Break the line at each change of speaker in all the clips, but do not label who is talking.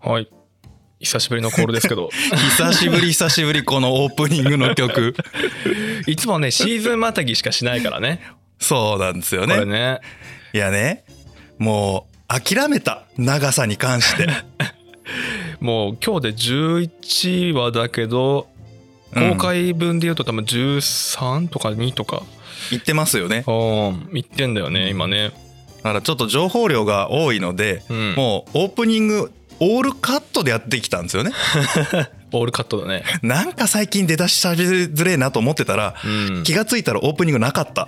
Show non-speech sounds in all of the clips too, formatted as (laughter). はい。久しぶりのコールですけ
(laughs)
ど、
久しぶり久しぶりこのオープニングの
(laughs)
曲
いつもね、シーズンまたぎしかしないからね。
そうなんですよ
これ
ね
ね。
いやねもう諦めた長さに
(laughs)
関して
もう今日で11話だけど、
うん
公開分で言うと多分13とか2とか、
言ってますよね
うん、言ってんだよね、今ね。
だからちょっと情報量が多いので
うん。
もうオープニングオールカットでやってきたんです
(laughs)
よね
オールカットだね。
なんか最近出だし喋りづれえなと思ってたら
うん。
(laughs) 気がついたらオープニングなかった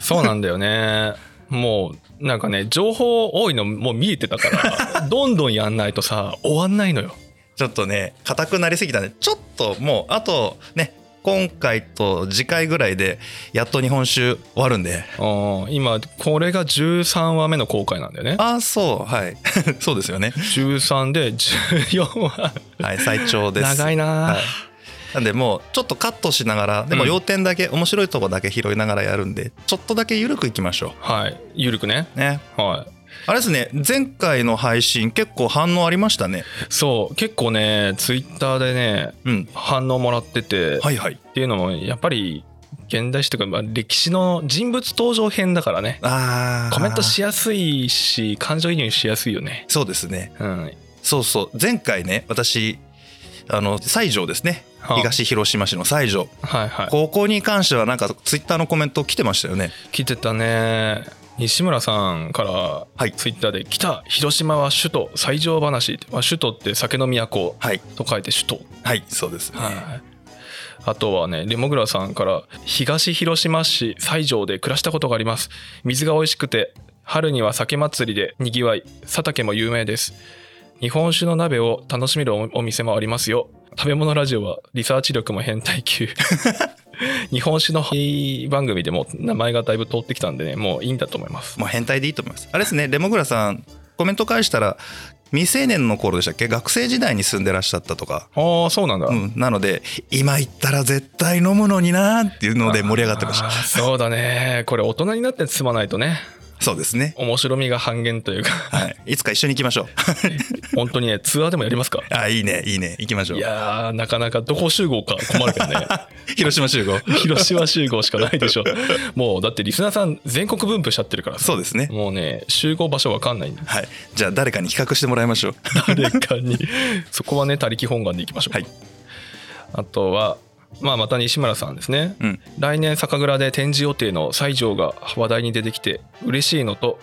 そうなんだよね。もう、なんかね、情報多いのもう見えてた
(laughs)
から、どんどんやんないとさ、終わんないのよ。
ちょっとね硬くなりすぎたんでちょっともうあとね今回と次回ぐらいでやっと日本酒終わるんで
うん今、これが13話目の公開なんだよね。
ああそうはい (laughs) そうですよね
13で14話。
はい最長です
(laughs) 長いなあ、
はいなんでもうちょっとカットしながらでも
うん
要点だけ、面白いとこだけ拾いながらやるんでちょっとだけ緩くいきましょ
はい、ゆるくね。
うね
は
あれですね前回の配信結構反応ありましたね
い。そう、結構ね、ツイッターでね、
うん
反応もらってて、
はいはい
っていうのも、やっぱり、現代史というか、まあ、歴史の人物登場編だからね。
ああ
コメントしやすいし、感情移入しやすいよね。
そうですね
うん。
そうそう前回ね私あの西条ですね
はあ
東広島市の西条
はいはい。
ここに関してはなんかツイッターのコメント来てましたよね
来てたね西村さんか
は
ら
い
ツイッターで「来た広島は首都最上話」ってまあ首都って酒の都
はい
と書いて首
はいそうです
都、はい、あとはねレモグラさんから「東広島市西条で暮らしたことがあります水が美味しくて春には酒祭りでにぎわい佐竹も有名です日本酒の鍋を楽しめるおお店もありますよ食べ物ラジオはリサーチ力も変態
(laughs)
級日本酒の番組でも名前がだいぶ通ってきたんでねもういいんだと思います
もう変態でいいと思いますあれですねレモグラさんコメント返したら未成年の頃でしたっけ学生時代に住んでらっしゃったとか、
ああそうなんだ、
うん、なので今行ったら絶対飲むのになーっていうので盛り上がってまし
あ
た
ーそうだねこれ大人になって積まないとね
そうですね
面白みが半減というか
はいいつか一緒に行きましょ
(laughs)
う
本当にねツアーでもやりますか
あいいねいいね行きましょう
いやーなかなかどこ集合か困るけど
(laughs)
ね
広島集合
広島集合しかないでしょもうだってリスナーさん全国分布しちゃってるからさ
そうですね
もうね集合場所わかんないんで
はいじゃあ誰かに比較してもらいましょう
誰か
(laughs)
にそこはね他力本願でいきましょう、
はい
あとは、まあ、また西村さんですね、
うん
来年酒蔵で展示予定の西条が話題に出てきて嬉しいのと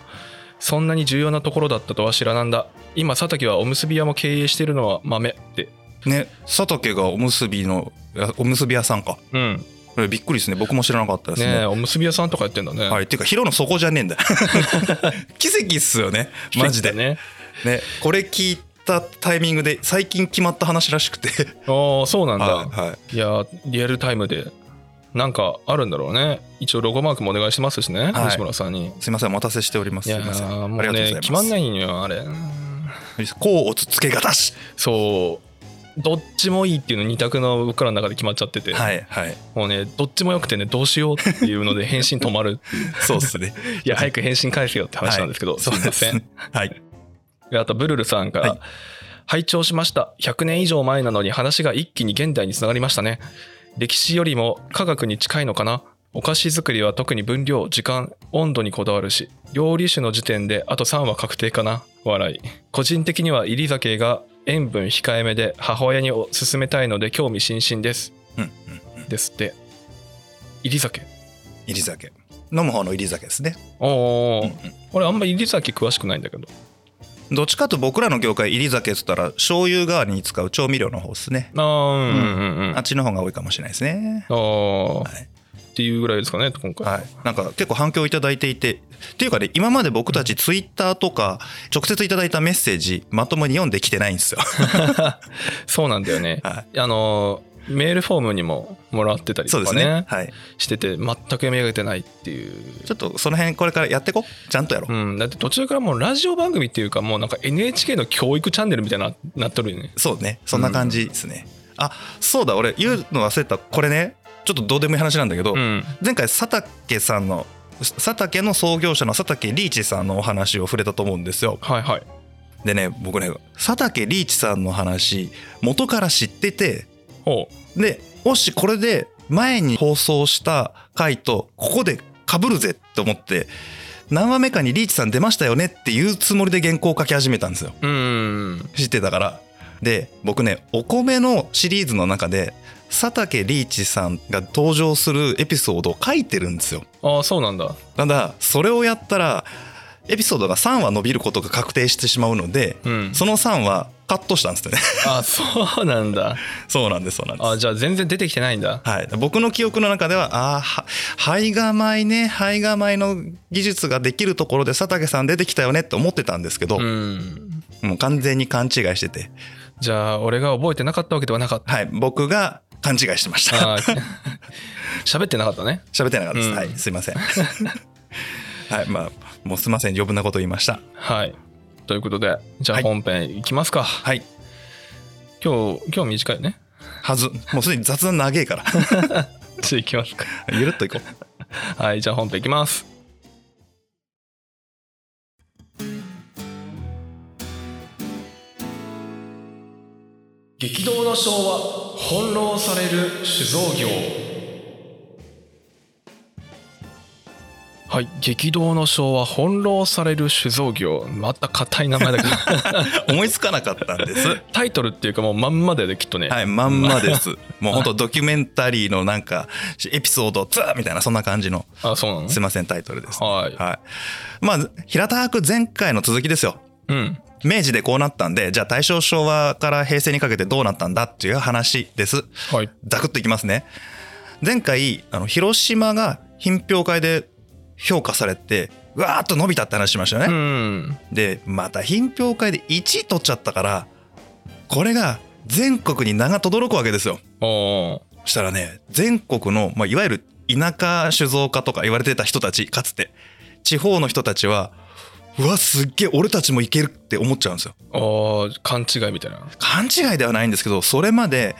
そんなに重要なところだったとは知らなんだ今佐竹はおむすび屋も経営しているのは豆って
ね佐竹がおむすびのあおむすび屋さんか
うん
これびっくりですね僕も知らなかったです
ねえ
ね
おむすび屋さんとかやってんだね、、
はいいっていうか広の底じゃね
(laughs)
えんだ奇跡っすよねマジで
ね
ね、これ聞いたタイミングで最近決まった話らしくて
ああそうなんだ、
はい、はい
い、やーリアルタイムでなんかあるんだろうね一応ロゴマークもお願いしてますしね、
はい
西村さんに
すいませんお待たせしております
い
すい
や
ません
ー
あ
も
り
う
がとうござい
ね
ます
決まんないのよあれ
甲乙つけがたし
そうどっちもいいっていうの二択の僕らの中で決まっちゃってて、
はいはい
もうねどっちもよくてねどうしようっていうので返信止ま
(laughs)
る
そうっすね
いや早く返信返せよって話なんですけど、すいませ
そうで
ん
すねはい
であとブルルさんから、
はい
拝聴しました100年以上前なのに話が一気に現代につながりましたね歴史よりも科学に近いのかなお菓子作りは特に分量時間温度にこだわるし料理酒の時点であと3は確定かな笑い個人的には入り酒が塩分控えめで母親にお勧めたいので興味津々です
うんうん
ですって入り酒
入り酒飲む方の入り酒ですね、
おーお
う
ー、
ん
俺あんま入り酒詳しくないんだけど
うん、どっちかと僕らの業界入り酒っつったら醤油代わりに使う調味料の方ですね
あーうんうんうん
あっちの方が多いかもしれないですね
あー
はい
っていうぐらいですかね今回、
はい、なんか結構反響いただいていてっていうかね今まで僕たちツイッターとか直接いただいたメッセージまともに読んできてないんですよ (laughs)
そうなんだよね
は
あのメールフォームにももらってたり
そう
とか
です
ね
ねはい
してて全く読み上げてないっていう、
ちょっとその辺これからやってこちゃんとやろう、
うん、だって途中からもうラジオ番組っていうかもうなんか NHK の教育チャンネルみたいななっとるよね
そうねそんな感じですね、あそうだ俺言うの忘れたこれねちょっとどうでもいい話なんだけど、
うん
前回佐竹さんの佐竹の創業者の佐竹リーチさんのお話を触れたと思うんですよ
はいはい
でね僕ね佐竹リーチさんの話元から知ってて
ほ
でもしこれで前に放送した回とここで被るぜって思って何話目かにリーチさん出ましたよねっていうつもりで原稿を書き始めたんですよ
ううーん
知ってたからで僕ねお米のシリーズの中で佐竹リーチさんが登場するエピソードを書いてるんですよ
ああそうなんだ
ただそれをやったらエピソードが3話伸びることが確定してしまうので、
うん
その3はカットしたんですね (laughs)
あ (laughs) そうなんだ
そうなんですそうなんです
あじゃあ全然出てきてないんだ
はい、僕の記憶の中ではああ胚芽米ね胚芽米の技術ができるところで佐竹さん出てきたよねって思ってたんですけど
う、ん
もう完全に勘違いしてて、
じゃあ俺が覚えてなかったわけではなかった
はい、僕が勘違いしてました
あー (laughs) 喋ってなかったね
喋ってなかったです、
うん
はいすいません (laughs) はいまあもうすいません余分なこと言いました
はいということでじゃ
は
あ
い
本編いきますか、
はい
今日今日短いね
はずもうすでに雑談長えから (laughs)
じゃあいきますか
ゆるっといこう
はいじゃあ本編いきます激動の昭和翻弄される酒造業はい激動の昭和翻弄される酒造業また硬い名前だけど
(laughs) 思いつかなかったんです
タイトルっていうかもうまんまだよねきっとね、
はいまんまですもうほんとドキュメンタリーのなんかエピソードツーみたいなそんな感じの
あそうなの
すいませんタイトルです
はい
はい。まあ、平たく前回の続きですよ。
うん
明治でこうなったんで、じゃあ大正昭和から平成にかけてどうなったんだっていう話です。
はい
ザクッといきますね。前回、あの、広島が品評会で評価されて、うわーっと伸びたって話しましたよ
う
ね。
ん
で、また品評会で1位取っちゃったから、これが全国に名が轟くわけですよ。
おお
そしたらね全国の、まあ、いわゆる田舎酒造家とか言われてた人たちかつて地方の人たちはうわすっげえ俺たちもいけるって思っちゃうんですよ
あー勘違いみたいな
勘違いではないんですけどそれまで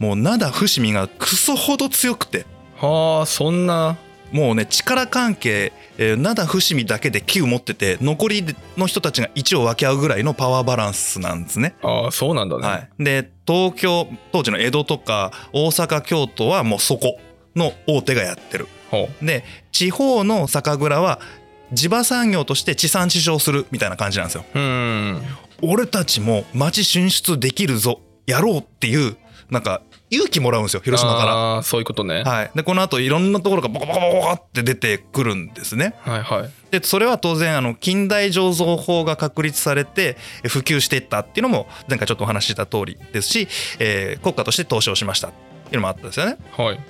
もう灘伏見がクソほど強くて
はあそんな
もうね力関係、えー、灘伏見だけで9持ってて残りの人たちが1を分け合うぐらいのパワーバランスなんですね
ああそうなんだね、
はい、で東京当時の江戸とか大阪京都はもうそこの大手がやってる
ほ
で地方の酒蔵は地場産業として地産地消するみたいな感じなんですよ。
ううーん
俺たちも町進出できるぞやろうっていうなんか勇気もらうんですよ広島か
あーそういうことね
ら。はい、でこのあといろんなところがボコボコボコボコって出てくるんですね。
はいはい
でそれは当然あの近代醸造法が確立されてえ普及していったっていうのも前回ちょっとお話しした通りですし、えー国家として投資をしましたっていうのもあったんですよね。
はい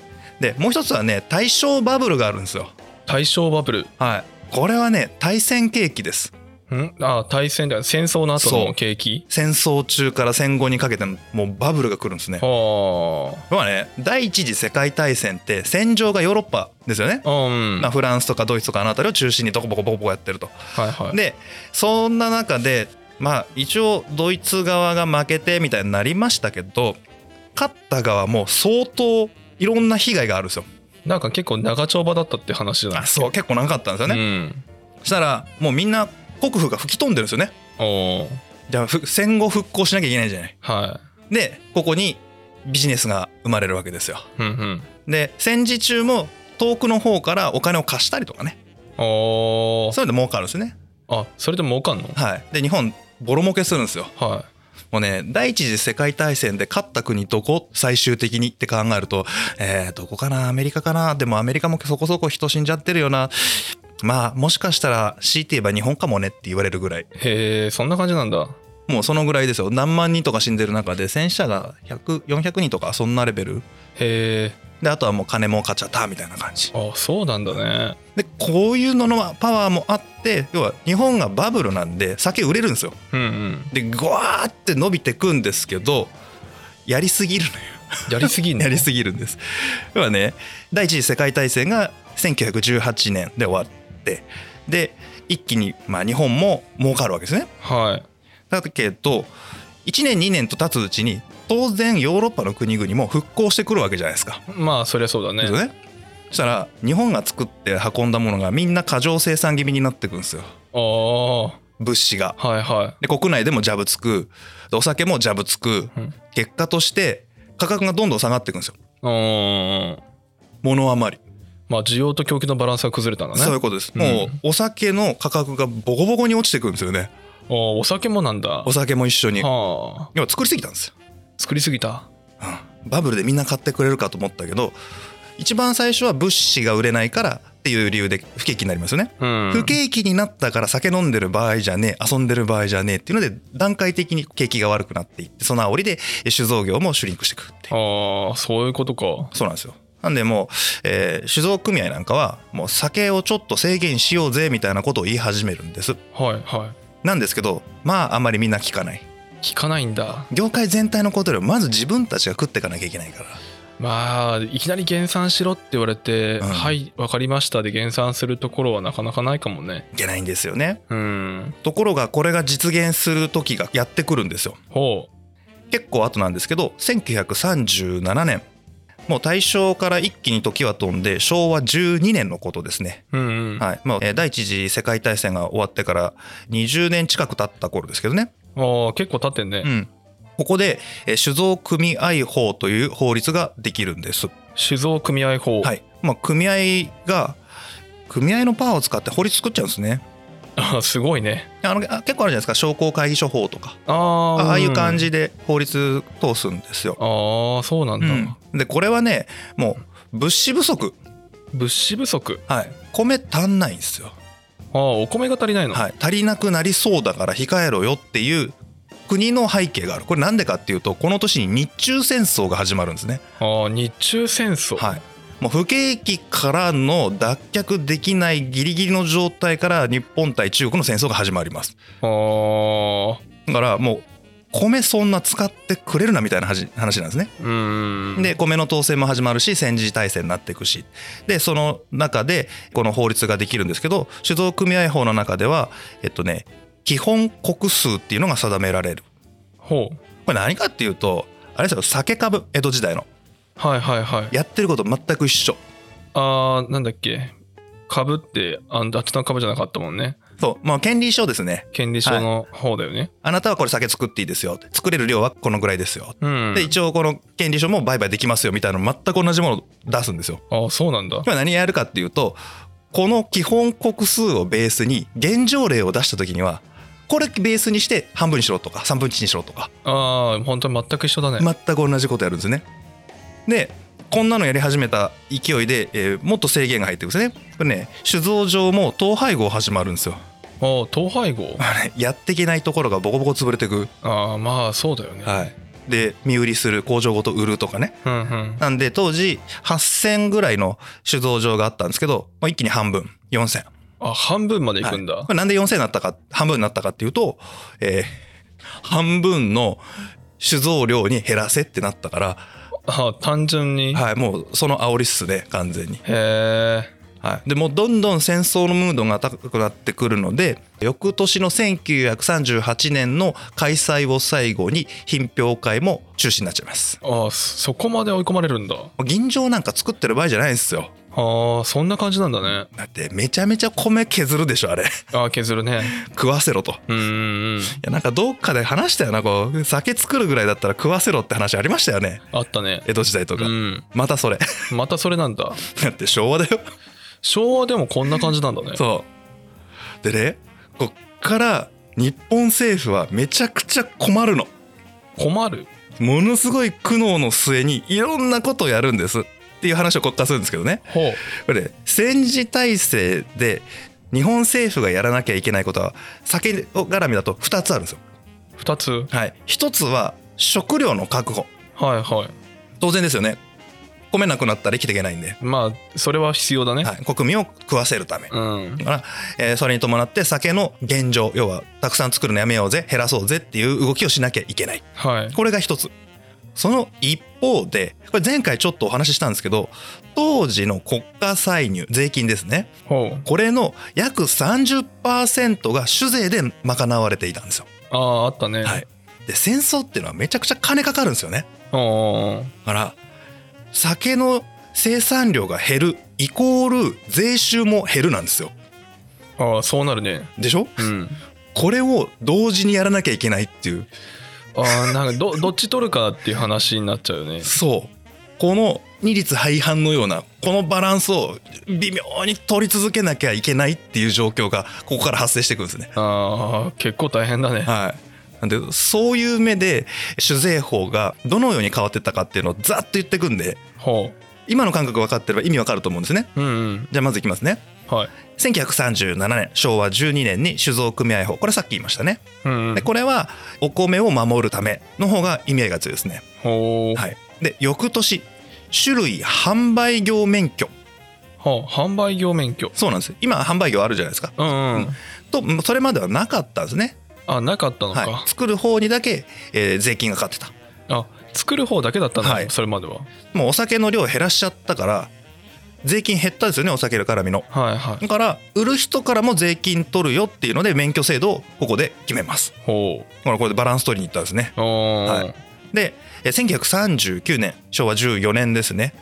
でもう一つはね大正バブルがあるんですよ。
大正バブル
はい、これはね対戦景気です
んああ大戦だよ戦争の後
そう
の景気
戦争中から戦後にかけてのもうバブルが来るんですね
は
まあね第一次世界大戦って戦場がヨーロッパですよね、
あうん
まあ
は
フランスとかドイツとかあの辺りを中心にどこボコボコボコやってると
いはい
でそんな中でまあ一応ドイツ側が負けてみたいになりましたけど勝った側も相当いろんな被害があるんですよ
なんか結構長丁場だったって話じゃない
あそう結構長かったんですよね、
うん
そしたらもうみんな国府が吹き飛んでるんですよね
おお
じゃあふ戦後復興しなきゃいけないじゃない
は
でここにビジネスが生まれるわけですよ
いうん
で戦時中も遠くの方からお金を貸したりとかね
うんおお
そういうの儲かるんですね
あそれでも儲かんの
はいで日本ボロ儲けするんですよ
は
もうね第一次世界大戦で勝った国どこ最終的にって考えるとえー、どこかなアメリカかなでもアメリカもそこそこ人死んじゃってるよなまあもしかしたら強いて言えば日本かもねって言われるぐらい
いへえそんな感じなんだ
もうそのぐらいですよ何万人とか死んでる中で戦死者が100400人とかそんなレベル
へえ
であとはもう金儲かっちゃったみたいな感じ
あそうなんだね
でこういうののパワーもあって要は日本がバブルなんで酒売れるんですよ
うんうん
でグワーって伸びてくんですけどやりすぎるのよ
やりすぎんの
(laughs) やりすぎるんです要はね第一次世界大戦が1918年で終わってで一気にまあ日本も儲かるわけですね
はい
だけど1年2年と経つうちに当然ヨーロッパの国々も復興してくるわけじゃないですか
まあそりゃそうだ
です
ね
よねそしたら日本が作って運んだものがみんな過剰生産気味になってくんですよ
ああ
物資が
はいは
で国内でもジャブつくでお酒もジャブつく
うん
結果として価格がどんどん下がっていくんですよ
い。うん。
物余り
まあ需要と供給のバランスが崩れたんだね。
そういうことです、
うん
もうお酒の価格がボコボコに落ちてくるんですよね
おーお酒もなんだ。
お酒も一緒に
はあ。
要は作りすぎたんですよ、
作りすぎた。
うんバブルでみんな買ってくれるかと思ったけど一番最初は物資が売れないからっていう理由で不景気になりますよね、
うん。
不景気になったから酒飲んでる場合じゃねえ遊んでる場合じゃねえっていうので段階的に景気が悪くなっていってその煽りで酒造業もシュリンクしていくっていう
ああ、そういうことか。
そうなんですよなんでもう、えー酒造組合なんかはもう酒をちょっと制限しようぜみたいなことを言い始めるんです
はいは
なんですけどまああんまりみんな聞かな
い。
い
聞かないんだ。
業界全体のことよりもまず自分たちが食っていかなきゃいけないから
まあ、いきなり減産しろって言われて、
うん
はい、わかりましたで減産するところはなかなかないかもね。
いけないんですよね
うん。
ところがこれが実現する時がやってくるんですよ
ほう。
結構後なんですけど1937年もう大正から一気に時は飛んで昭和12年のことですね、
うんうん。
はいまあ、えー第一次世界大戦が終わってから20年近く経った頃ですけどね、
ああ、結構経ってんね。
うん、ここで、えー酒造組合法という法律ができるんです、
酒造組合法。
はいまあ、組合が組合のパワーを使って法律作っちゃうんですね
あー (laughs) すごいね。
あのあ結構あるじゃないですか商工会議所法とか
ああ。
ああいう感
じ。
じで法律通すんですよ
ああ、そうなんだ。
うん、でこれはねもう物資不足、
物資不足。
はい、米足んないんですよ、
ああ、お米が足りないの。
はい、足りなくなりそうだから控えろよっていう国の背景があるこれなんでかっていうとこの年に日中戦争が始まるんですね、
ああ、日中戦争。
はい、もう不景気からの脱却できないギリギリの状態から日本対中国の戦争が始まります
ああ。
だからもう米そんな使ってくれるなみたいな話話なんですね
うん。
で米の統制も始まるし戦時体制になっていくしでその中でこの法律ができるんですけど酒造組合法の中ではえっとね基本国数っていうのが定められる
ほう。
これ何かっていうとあれですよ酒株江戸時代の
はいはいはい。
やってること全く一緒
あーなんだっけ株ってあんあっちの株じゃなかったもんね
そうまあ権利書ですね
権利書の方だよね、
あなたはこれ酒作っていいですよ作れる量はこのぐらいですよ
うん
で一応この権利書も売買できますよみたいなの全く同じものを出すんですよ
ああそうなんだ
今何やるかっていうとこの基本国数をベースに現状例を出した時にはこれベースにして半分にしろとか3分の1にしろとか
ああ本当に全く一緒だね、
全く同じことやるんですね。でこんなのやり始めた勢いで、えーもっと制限が入ってくるんですね。これね酒造場も統廃合始まるんですよ。
ああ統廃合
あれやっていけないところがボコボコ潰れてく。
ああまあそうだよね、
はい、で身売りする工場ごと売るとかね。
うんうん
なんで当時8,000ぐらいの酒造場があったんですけど、まあ、一気に半分4,000。
あ半分までいくんだ、
はいこれなんで4000になったか半分になったかっていうと、えー半分の酒造量に減らせってなったから、
ああ単純に、
はい、もうその煽りっすね完全に、
へえ
はい、でもうどんどん戦争のムードが高くなってくるので翌年の1938年の開催を最後に品評会も中止になっちゃいます
ああそそこまで追い込まれるんだ
銀醸なんか作ってる場合じゃないんですよ
ああそんな感じなんだね
だってめちゃめちゃ米削るでしょあれ (laughs)
ああ削るね
食わせろと
うんうんうん
いやなんかどっかで話したよなこう酒作るぐらいだったら食わせろって話ありましたよね
あったね
江戸時代と
う
か、
ん
またそれ (laughs)
またそれなんだ
だって昭和だよ
昭和でもこんな感じなんだね
そうでねこっから日本政府はめちゃくちゃ困るの
困る
ものすごい苦悩の末にいろんなことをやるんですっていう話をこっからするんですけどね
ほう
これね戦時体制で日本政府がやらなきゃいけないことは酒絡みだと2つあるんですよ
2つ
はい1つは食料の確保
はいはい
当然ですよね米なくなったら生きていけないんで、
まあそれは必要だね、
はい、国民を食わせるため
うん
だから、えーそれに伴って酒の現状要はたくさん作るのやめようぜ減らそうぜっていう動きをしなきゃいけない
はい
これが一つその一方でこれ前回ちょっとお話ししたんですけど当時の国家歳入税金ですね
ほう
これの約30%が酒税で賄われていたんですよ
あああったね、
はいで戦争っていうのはめちゃくちゃ金かかるんですよね
おー
だから酒の生産量が減るイコール税収も減るなんですよ
ああそうなるね
でしょ
うん
これを同時にやらなきゃいけないっていう
あーなんかどどっち取るかっていう話になっちゃうよね
そうこの二律背反のようなこのバランスを微妙に取り続けなきゃいけないっていう状況がここから発生してくるんですね。
あー結構大変だね
はいなんでそういう目で酒税法がどのように変わってったかっていうのをざっと言ってくんで
ほ
今の感覚分かってれば意味分かると思うんですね
ううんうん
じゃあまずいきますね
はい
1937年昭和12年に酒造組合法これさっき言いましたね
うんうん
でこれはお米を守るための方が意味合いが強いですね
ほう、
はいで翌年種類販売業免許
はあ販売業免許
そうなんです今販売業あるじゃないですか
うんうん、
うんとそれまではなかったんですね、
あなかったのか、
はい、作る方にだけ、えー税金がかかってた
あ作る方だけだったの、
はい
それまでは
もうお酒の量減らしちゃったから税金減ったんですよねお酒の絡みの
はいはい
だから売る人からも税金取るよっていうので免許制度をここで決めます
ほ
ほらこれでバランス取りに行ったんですね
うおー、
はいでえー1939年昭和14年ですね、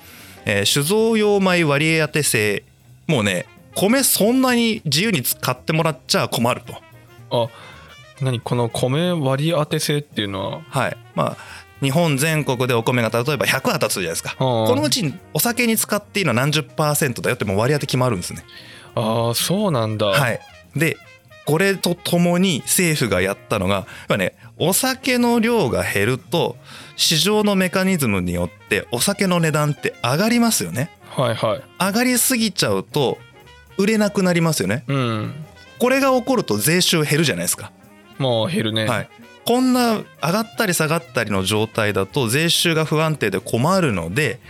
えー酒造用米割当制もうね米そんなに自由に使ってもらっちゃ困ると
あ何この米割り当て制っていうのは
はいまあ日本全国でお米が例えば100あったとするじゃないですか
ああ
このうちお酒に使っていいのは何十パーセントだよってもう割り当て決まるんですね
ああそうなんだ、
はいでこれとともに政府がやったのがやっぱねお酒の量が減ると市場のメカニズムによってお酒の値段って上がりますよね
はいはい
上がりすぎちゃうと売れなくなりますよね
うん
これが起こると税収減るじゃないですか
まあ減るね、
はい、こんな上がったり下がったりの状態だと税収が不安定で困るので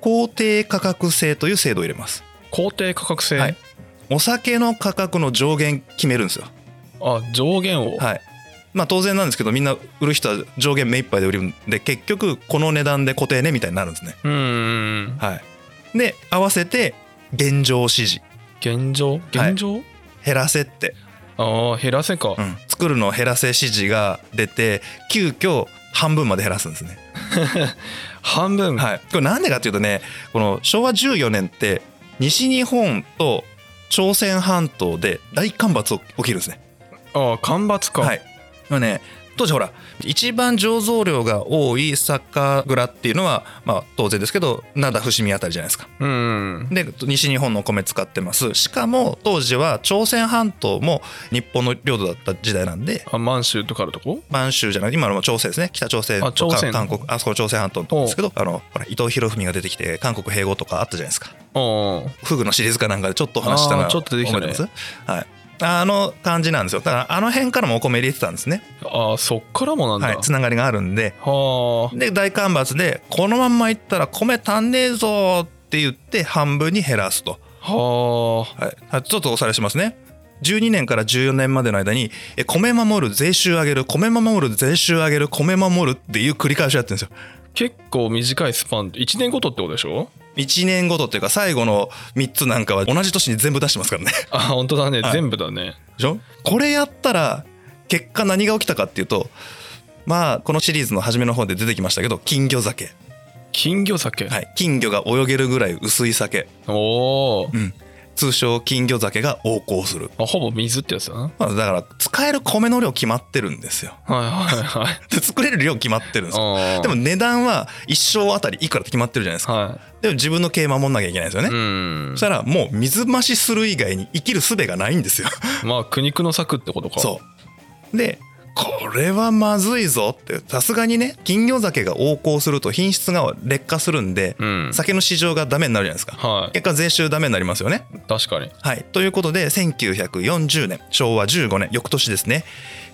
公定価格制という制度を入れます、
工程価格制、
はいお酒の価格の上限決めるんですよ、
あ上限を、
はいまあ、当然なんですけどみんな売る人は上限目いっぱいで売るんで結局この値段で固定ねみたいになるんですね、
うんうんうん
はい、で合わせて現状支持
現状現状、
減らせって、
ああ減らせか、
うん作るのを減らせ指示が出て急遽半分まで減らすんですね
半分、
はい、これなんでかっていうとねこの昭和14年って西日本と朝鮮半島で大干ばつ起きるんですね。
ああ干ばつか、
はい、まあね当時ほら一番醸造量が多い酒蔵っていうのは、まあ、当然ですけど灘伏見あたりじゃないですか。
うんうん
で西日本のお米使ってますしかも当時は朝鮮半島も日本の領土だった時代なんで
あ満州とかあるとこ
満州じゃない今のも朝鮮ですね北朝鮮
あ朝
とか
鮮
韓国あそこ朝鮮半島のとこですけどあのほら伊藤博文が出てきて韓国併合とかあったじゃないですか
ああ
フグのシリーズかなんかでちょっとお話しした
あ
な
ーちょっと出てきたね
覚えてますはいあの感じなんですよだからあの辺からもお米入れてたんですね
ああそっからもなんだ、
はいつながりがあるんで
は
で大干ばつでこのまんまいったら米足んねえぞーって言って半分に減らすと、
あは
はいはい、ちょっとおさらいしますね12年から14年までの間にえ米守る税収上げる米守る税収上げる米守るっていう繰り返しをやってるんですよ
あ結構短いスパンで1年ごとってことでしょ
1年ごとっていうか最後の3つなんかは同じ年に全部出してま
(laughs)
すからね
あ本当だね、
はい
全部だね
でしょこれやったら結果何が起きたかっていうとまあこのシリーズの初めの方で出てきましたけど金魚酒、
金魚酒、
はい、金魚が泳げるぐらい薄い酒、
おお
うん、通称金魚酒が横行する、
あほぼ水ってやつだなは
まあ、だから使える米の量決まってるんですよ
いはいはい
(laughs) で作れる量決まってるんですよ
ああ
でも値段は一生あたりいくらって決まってるじゃないですか
は
でも自分の経営守んなきゃいけないですよね、
いうん
そしたらもう水増しする以外に生きる術がないんですよ
まあ苦肉の策ってことか
そうでこれはまずいぞってさすがにね金魚酒が横行すると品質が劣化するんで、
うん
酒の市場がダメになるじゃないですか
はい
結果税収ダメになりますよね
確かに
はいということで1940年昭和15年翌年ですね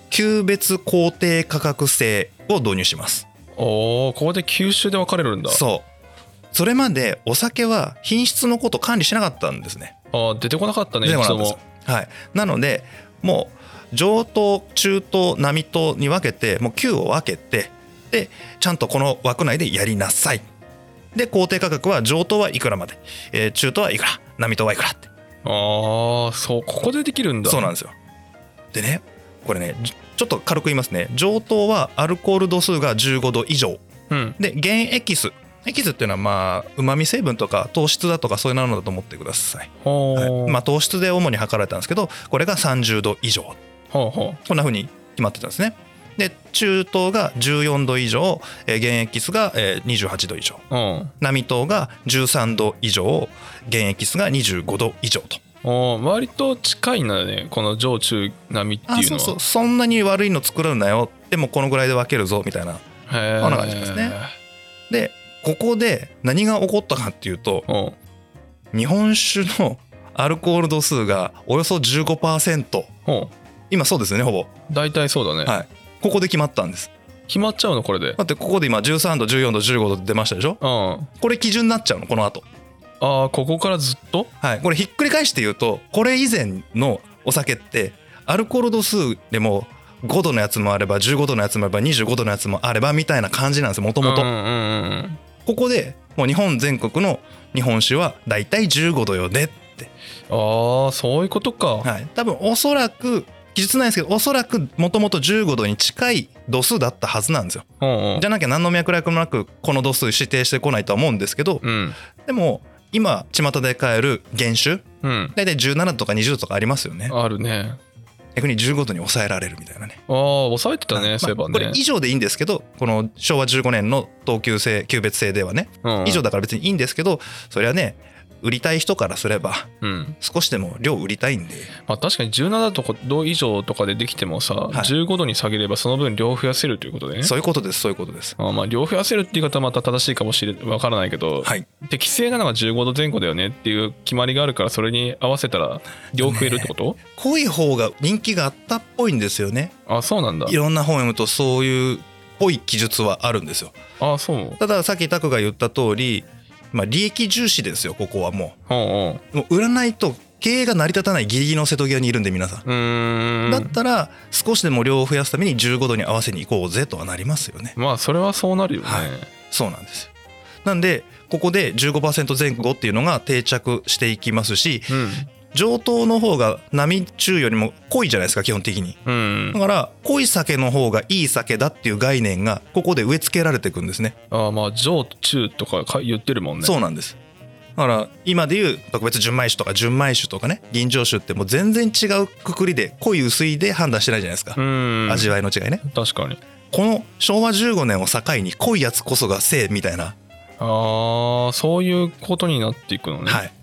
級別公定価格制を導入します
おおここで九州で分かれるんだ
そうそれまでお酒は品質のこと管理しなかったんですね
あー出てこなかったね
でも
一
な
度
んです
も
よはい、なのでもう上等中等並等に分けてもう級を分けてでちゃんとこの枠内でやりなさいで工定価格は上等はいくらまで、えー中等はいくら並等はいくらって
ああそうここでできるんだ
そうなんですよでねこれねちょちょっと軽く言いますね上等はアルコール度数が15度以上
うん
で原エキスエキスっていうのはまあうまみ成分とか糖質だとかそういうのだと思ってください、
お
はい
お、
まあ、糖質で主に測られたんですけどこれが30度以上
ほうほ
こんな風に決まってたんですね。で中東が14度以上、えー現役数がえー28度以上
ううん
南東が13度以上現役数が25度以上と
おー割と近いんだねこの上中並っていうのは
あそうそうそんなに悪いの作るなよでもこのぐらいで分けるぞみたいな
へえ
こんな感じですねでここで何が起こったかっていうと
おう
日本酒のアルコール度数がおよそ15%
おう
今そうですよねほぼ
大体そうだね、
はいここで決まったんです
決まっちゃうのこれで
だってここで今13度14度15度って出ましたでしょ
うんあ
これ基準になっちゃうのこの後
あここからずっと
はい、これひっくり返して言うとこれ以前のお酒ってアルコール度数でも5度のやつもあれば15度のやつもあれば25度のやつもあればみたいな感じなんですよもとも
うん
と。
うんうん
ここでもう日本全国の日本酒はだいたい15度よねって、
ああそういうことか、
はい、多分おそらく記述ないですけどおそらくもともと15度に近い度数だったはずなんですよ。
うんうん
じゃなきゃ何の脈絡もなくこの度数指定してこないとは思うんですけど
うん
でも今巷で買える原酒
うん
大体17度とか20度とかありますよね。
あるね
逆に15度に抑えられるみたいなね。
ああ抑えてた
ま
ね
あ
そういえば
こ
ね
れ以上でいいんですけどこの昭和15年の等級制級別制ではね
うん
以上だから別にいいんですけどそれはね売りたい人からすれば
うん
少しでも量売りたいんで
まあ、確かに17度以上とかでできてもさ、
い
15度に下げればその分量増やせるということでね
そういうことですそういうことです。
あまあ量増やせるって言い方はまた正しいかもしれわからないけど、
はい、
適正なのが15度前後だよねっていう決まりがあるからそれに合わせたら量増えるってこと、
濃い方が人気があったっぽいんですよね
あそうなんだ
いろんな本読むとそういうっぽい記述はあるんですよ
あそう
たださっき拓が言った通りまあ利益重視ですよここはも
うんうん
うもう売らないと経営が成り立たないギリギリの瀬戸際にいるんで皆さん
うーん
だったら少しでも量を増やすために15度に合わせに行こうぜとはなりますよね
まあそれはそうなるよね、
はいそうなんですよなんでここで15%前後っていうのが定着していきますし
うん
上等の方が波中よりも濃いじゃないですか基本的に
うん
だから濃い酒の方がいい酒だっていう概念がここで植え付けられていくんですね
あまあ上中とかか言ってるもんね
そうなんですだから今でいう特別純米酒とか純米酒とかね吟醸酒ってもう全然違うくくりで濃い薄いで判断してないじゃないですか
う、ん
味わいの違いね
確かに
この昭和15年を境に濃いやつこそが性みたいな、
ああそういうことになっていくのね、
はい、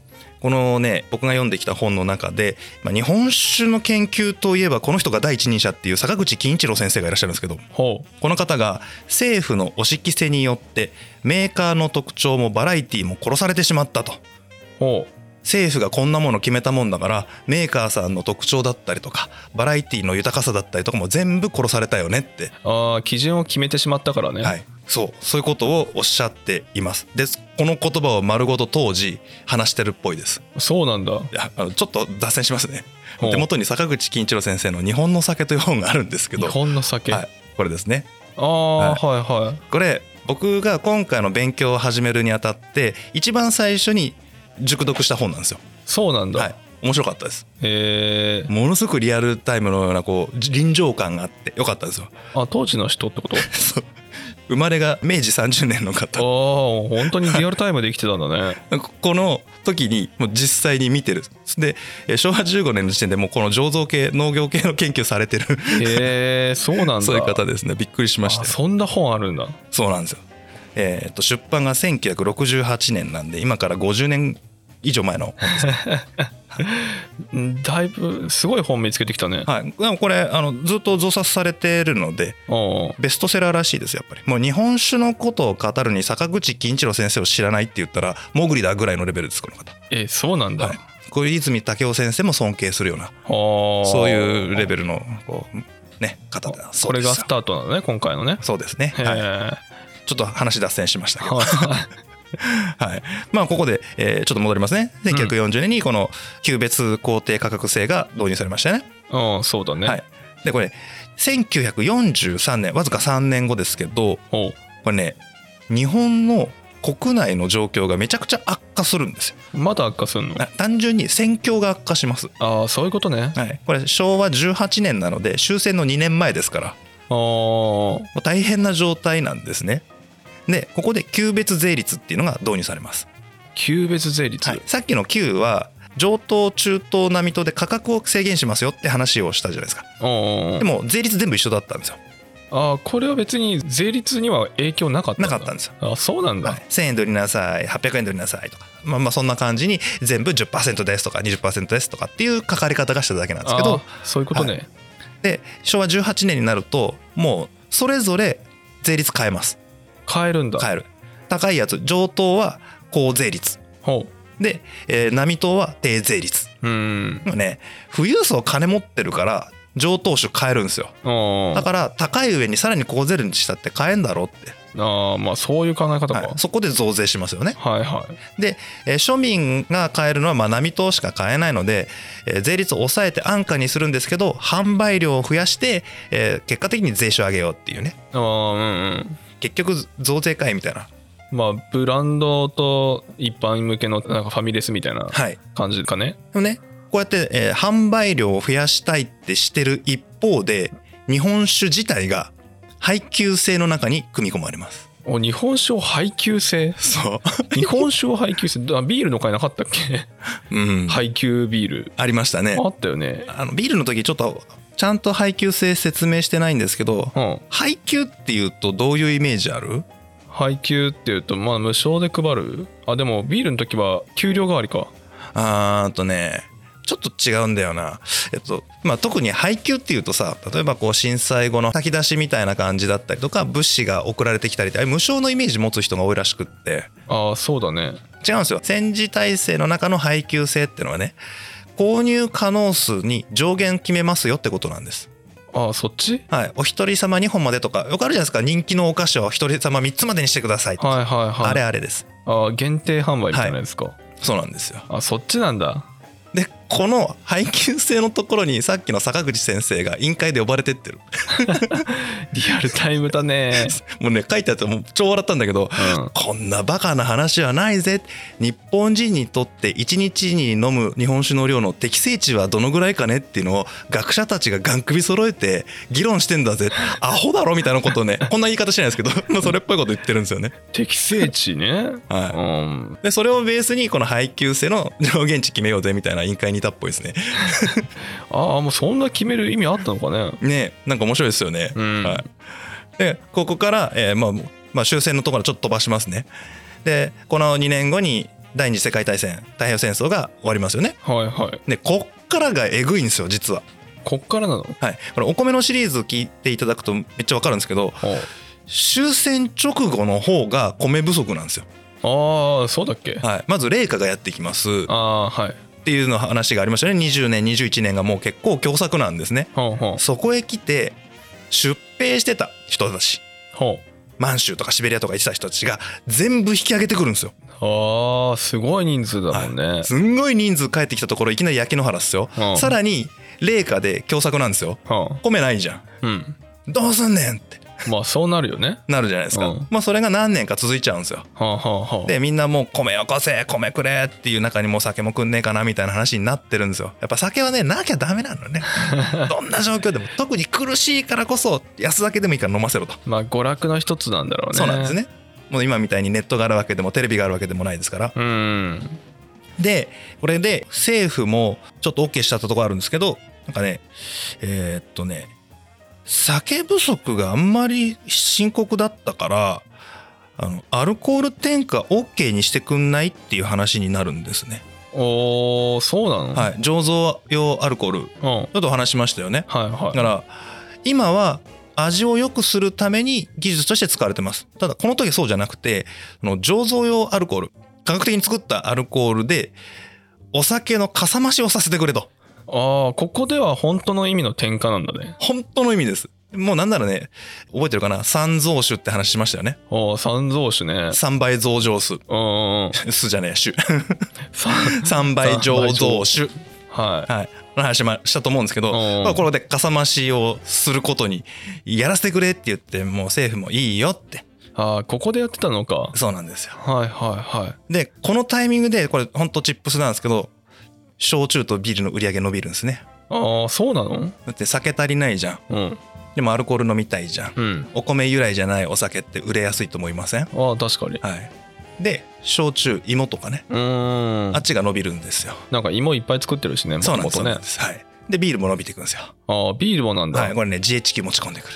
このね僕が読んできた本の中で、まあ、日本酒の研究といえばこの人が第一人者っていう坂口金一郎先生がいらっしゃるんですけど
ほ
この方が政府のおきせによってメーカーの特徴もバラエティも殺されてしまったと。
うほ
政府がこんなもの決めたもんだからメーカーさんの特徴だったりとかバラエティの豊かさだったりとかも全部殺されたよねって
うああ基準を決めてしまったからね、
はい、そうそういうことをおっしゃっていますでこの言葉を丸ごと当時話してるっぽいです
そうなんだ
いやあのちょっと脱線しますね
ほう
手元に坂口金一郎先生の「日本の酒」という本があるんですけ
日
ど、
本の酒、
はい、これですね
ああ、はい、はい
これ僕が今回の勉強を始めるにあたって一番最初に熟読した本なんですよ
そうなんだ、
はい面白かったです
えー
ものすごくリアルタイムのようなこう臨場感があってよかったですよ
あ当時の人って
(laughs)
こと
そう生まれが明治30年の方
ああ本当にリアルタイムで生きてたんだね
この時にもう実際に見てるでえー昭和15年の時点でもうこの醸造系農業系の研究されてる
へえそうなんだ
そういう方ですねびっくりしました
あ
よ
そんな本あるんだ
そうなんですよ、えーっと出版が1968年なんで今から50年以上
(laughs)
前の、
んだいぶすごい本見つけてきたね
はい、でもこれあのずっと増刷されてるので
おう
ベストセラーらしいですやっぱりもう日本酒のことを語るに坂口金一郎先生を知らないって言ったらモグリだぐらいのレベルですこの方
えそうなんだ、
はい小泉武雄先生も尊敬するような
そ
そういうレベルのこうね方だそ
こ
う
れ
です
がスタートなのね今回のね
そうですね、
へえ、
はい、ちょっと話脱線しましたけど、
は (laughs)
はい、まあここで、えーちょっと戻りますね1940年にこの級別工程価格制が導入されましたね、
いうんそうだね、
はい、でこれ1943年わずか3年後ですけど
おう
これね日本の国内の状況がめちゃくちゃ悪化するんですよ
まだ悪化すんの
あ単純に戦況が悪化します、
ああそういうことね
はい、これ昭和18年なので終戦の2年前ですから
あー
もう大変な状態なんですね。でここで級別税率っていうのが導入されます。
級別税率、
さっきの級は上等中等並等で価格を制限しますよって話をしたじゃないですか
お
でも税率全部一緒だったんですよ
ああこれは別に税率には影響なかったん
な
だ
かったんですよ
あそうなんだ、
はい1000円取りなさい800円取りなさいとかまあまあそんな感じに全部10%ですとか20%ですとかっていう書かれ方がしただけなんですけ
あ
ど
あそういうことね、
で昭和18年になるともうそれぞれ税率変えます
変えるんだ、
変える高いやつ上等は高税率
ほ
で、えー並等は低税率
ううん
でもね富裕層金持ってるから上等種買えるんですよ
あ
だから高い上にさらに高税率にしたって買えんだろうって、
ああまあそういう考え方か、
はい、そこで増税しますよね
はいはい
で、えー庶民が買えるのはまあ並等しか買えないので、えー税率を抑えて安価にするんですけど販売量を増やして、えー結果的に税収を上げようっていうね
ああうんうん
結局増税会みたいな
まあブランドと一般向けのなんかファミレスみたいな
はい
感じかね、
でもねこうやって、えー販売量を増やしたいってしてる一方で日本酒自体が配給制の中に組み込まれます
お日本酒を配給
(laughs)
制
そ
日本酒を配給制あビールの会なかったっけ
う、うん
配給ビール
ありましたね
あったよね
あのビールの時ちょっとちゃんと配給制説明してないんですけど
うん
配給っていうとどういうイメージある
配給っていうとまあ無償で配るあでもビールの時は給料代わりか
あーあとねちょっと違うんだよな、えっとまあ、特に配給っていうとさ例えばこう震災後の炊き出しみたいな感じだったりとか物資が送られてきたりってあれ無償のイメージ持つ人が多いらしくって
ああそうだね
違うんですよ戦時体制の中の配給制ってのはね購入可能数に上限決めますよってことなんです
ああそっち
はいお一人様2本までとかよくあるじゃないですか人気のお菓子はお一人様3つまでにしてくださいとか、
はいはいはい
あれあれです
ああ限定販売みたいなやつか、
そうなんですよ
あそっちなんだ
でこの配給制のところにさっきの坂口先生が委員会で呼ばれてってる
リアルタイムだね
(laughs) もうね書いてあってもう超笑ったんだけど、
うん
こんなバカな話はないぜ日本人にとって1日に飲む日本酒の量の適正値はどのぐらいかねっていうのを学者たちがガン首揃えて議論してんだぜアホだろみたいなことをねこんな言い方してないですけど (laughs) まあそれっぽいこと言ってるんですよね。
適正値ね
はい
うん
でそれをベースにこの配給制の (laughs) 上限値決めようぜみたいな委員会にいたっぽいですね。
ああもうそんな決める意味あったのかね
ねなんか面白いですよね。
うん
はい、でここから、えーまあもうまあ、終戦のところはちょっと飛ばしますね。でこの2年後に第二次世界大戦太平洋戦争が終わりますよね。
はいはい
でこっからがえぐいんですよ実は。
こっからなの
はい、これお米のシリーズ聞いていただくとめっちゃわかるんですけど終戦直後の方が米不足なんですよ。
おああそうだっけ
はい、まず冷夏がやってきます
ああはい
っていうの話がありましたね20年21年がもう結構凶作なんですね。
ほうほう
そこへ来て出兵してた人たち
ほ
満州とかシベリアとか行ってた人たちが全部引き上げてくるんですよ。
うああすごい人数だもんね、
すんごい人数帰ってきたところいきなり焼け野原っすよ。
うん
さらに冷夏で凶作なんですよ。
は
米ないじゃん。
あうん
どうすんねんって
まあそうなるよね
なるじゃないですか。
うん
まあそれが何年か続いちゃうんですよ。
はあはあはあ
でみんなもう米よこせ米くれっていう中にもう酒もくんねえかなみたいな話になってるんですよ。やっぱ酒はねなきゃダメなの
(laughs)
ね。どんな状況でも特に苦しいからこそ安酒でもいいから飲ませろと。
まあ娯楽の一つなんだろうね
そうなんですね。もう今みたいにネットがあるわけでもテレビがあるわけでもないですから。
うん
でこれで政府もちょっと OK しちゃったとこあるんですけどなんかねえーっとね酒不足があんまり深刻だったからあのアルコール転嫁 OK にしてくんないっていう話になるんですね、
おーそうなの、い、
はい醸造用アルコールち
うんはい
ょっとお話しましたよねだ
は
から今は味を良くするために技術として使われてますただこの時そうじゃなくてあの醸造用アルコール科学的に作ったアルコールでお酒のかさ増しをさせてくれと
いああここでは本当の意味の転換なんだね
本当の意味ですもうなんならね覚えてるかな三増酒って話しましたよね
おー三蔵酒ね
三倍増上酢
うんうんうん
酢じゃねえ (laughs) 酒
さ
三倍醸造酒
はい
はいの話もしたと思うんですけど、
うん
まあ、これでかさ増しをすることにやらせてくれって言ってもう政府もいいよって
ああここでやってたのか
そうなんですよ
はいはいはい
でこのタイミングでこれほんとチップスなんですけど焼酎とビールの売り上げ伸びるんですね
ああそうなの
だって酒足りないじゃん
うん
でもアルコール飲みたいじゃん
うん
お米由来じゃないお酒って売れやすいと思いません
ああ確かに
はいで焼酎芋とかね
うーん
あっちが伸びるんですよ、
なんか芋いっぱい作ってるしね
そう
も
なん
と
で
も
すそ
と
う
ね
なんですはいでビールも伸びていくんですよ
ああビールもなんだ、
はいこれね GHQ 持ち込んでくる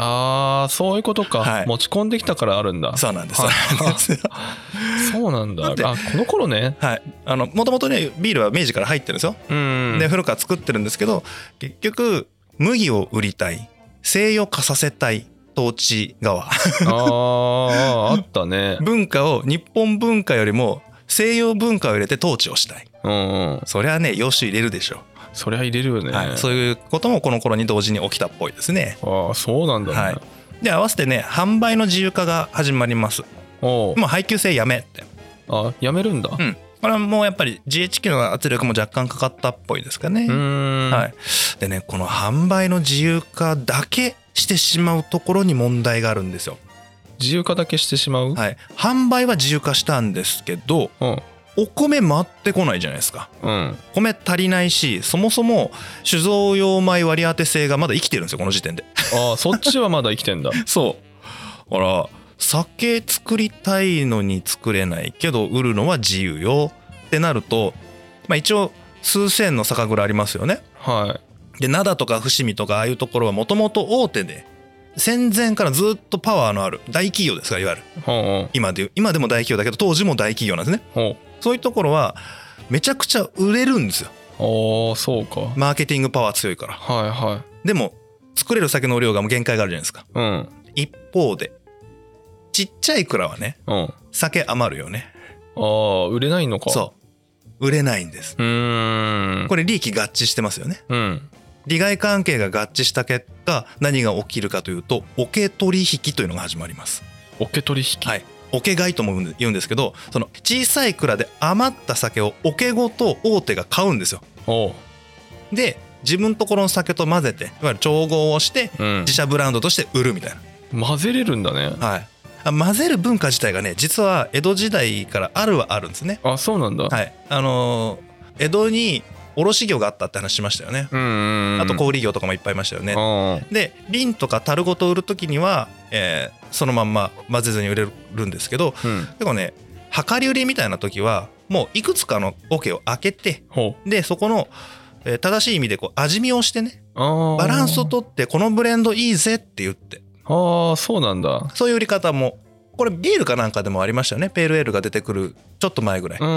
ああそういうことか、
はい
持ち込んできたからあるんだ
そうなんです、
はい
そうなんです
そうなんだ
だって
あこの頃ね
はいあのもともとねビールは明治から入ってるんですよ
うん
で古くから作ってるんですけど結局麦を売りたい西洋化させたい統治側
あああったね
文化を日本文化よりも西洋文化を入れて統治をしたい
うん、うん、
そりゃね洋酒入れるでしょ
そりゃ入れるよね、
う、はい、そういうこともこの頃に同時に起きたっぽいですね
ああそうなんだね、
はいで合わせてね販売の自由化が始まります
おう
もう配給制やめって
あやめるんだ
うんこれはもうやっぱり GHQ の圧力も若干かかったっぽいですかね、
うーん
はい、でねこの販売の自由化だけしてしまうところに問題があるんですよ、
自由化だけしてしまう、
はい、販売は自由化したんですけど
うん
お米回ってこないじゃないですか
うん
米足りないしそもそも酒造用米割り当て制がまだ生きてるんですよこの時点で
ああそっちはまだ生きてんだ
そうだから酒作りたいのに作れないけど売るのは自由よってなると、まあ、一応数千の酒蔵ありますよね
は
で灘とか伏見とかああいうところはもともと大手で戦前からずっとパワーのある大企業ですからいわゆる
いほうほう
今でいう今でも大企業だけど当時も大企業なんですね
ほ
そういうところはめちゃくちゃ売れるんですよ
うああそうか
マーケティングパワー強いから
はいはい
でも作れる酒の量がもう限界があるじゃないですか
うん
一方でちっちゃい蔵はね
うん
酒余るよね
ああ売れないのか
そう売れないんです
うーん
これ利益合致してますよね
うん
利害関係が合致した結果何が起きるかというとおけ取引というのが始まります
おけ取引
はい、おけ買いとも言うんですけどその小さい蔵で余った酒をおけごと大手が買うんですよ
おう
で自分ところの酒と混ぜていわゆる調合をして
うん
自社ブランドとして売るみたい
混ぜれるんだね
な、はい、あ混ぜる文化自体がね実は江戸時代からあるはあるんですね
あそうなんだ、
はいあのー江戸に卸業があったって話しましたよね
うんうんうん
あと小売業とかもいっぱいいましたよね
あ
で瓶とか樽ごと売る時には、えーそのまんま混ぜずに売れるんですけど
あうん
でもね量り売りみたいな時はもういくつかの桶を開けて
ほ
でそこの、えー正しい意味でこう味見をしてね
うああ
バランスをとってこのブレンドいいぜって言って
ああそうなんだ
そういう売り方もこれビールかなんかでもありましたよねペールエールが出てくるちょっと前ぐらい、
うーん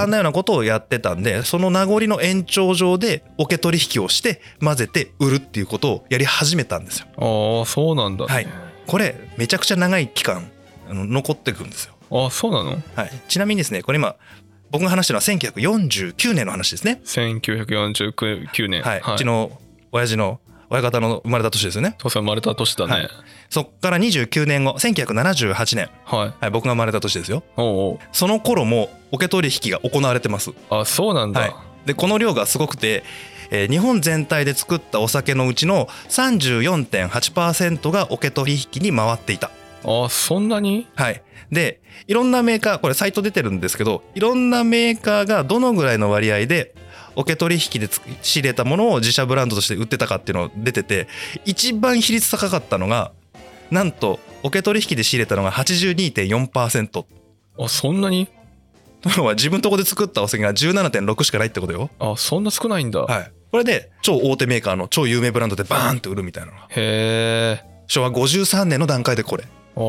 あんなようなことをやってたんでその名残の延長上で桶取引をして混ぜて売るっていうことをやり始めたんですよ
ああそうなんだ、
はいこれめちゃくちゃ長い期間あの残ってくんですよ
あそうなの
はい、ちなみにですねこれ今僕が話してるのは1949年の話ですね、
1949年
はいうちの親父の親方の生まれた年ですよね
父さん生まれた年だね
そっから29年後1978年、
はい、
はい、僕が生まれた年ですよ
おう
その頃もオケ取引が行われてます
おうあそうなんだ、
はいでこの量がすごくて、えー日本全体で作ったお酒のうちの34.8%がオケ取引に回っていた
あそんなに
はい。で、いろんなメーカー、これサイト出てるんですけど、いろんなメーカーがどのぐらいの割合で、受け取引でつ仕入れたものを自社ブランドとして売ってたかっていうのが出てて、一番比率高かったのが、なんと、受け取引で仕入れたのが82.4%。と (laughs)
あそんなに
いうのは自分とこで作ったお酒が17.6しかないってことよ。
あそんな少ないんだ、
はい。これで、超大手メーカーの超有名ブランドでバーンって売るみたいなのが。
へえ
昭和53年の段階でこれ。
ああ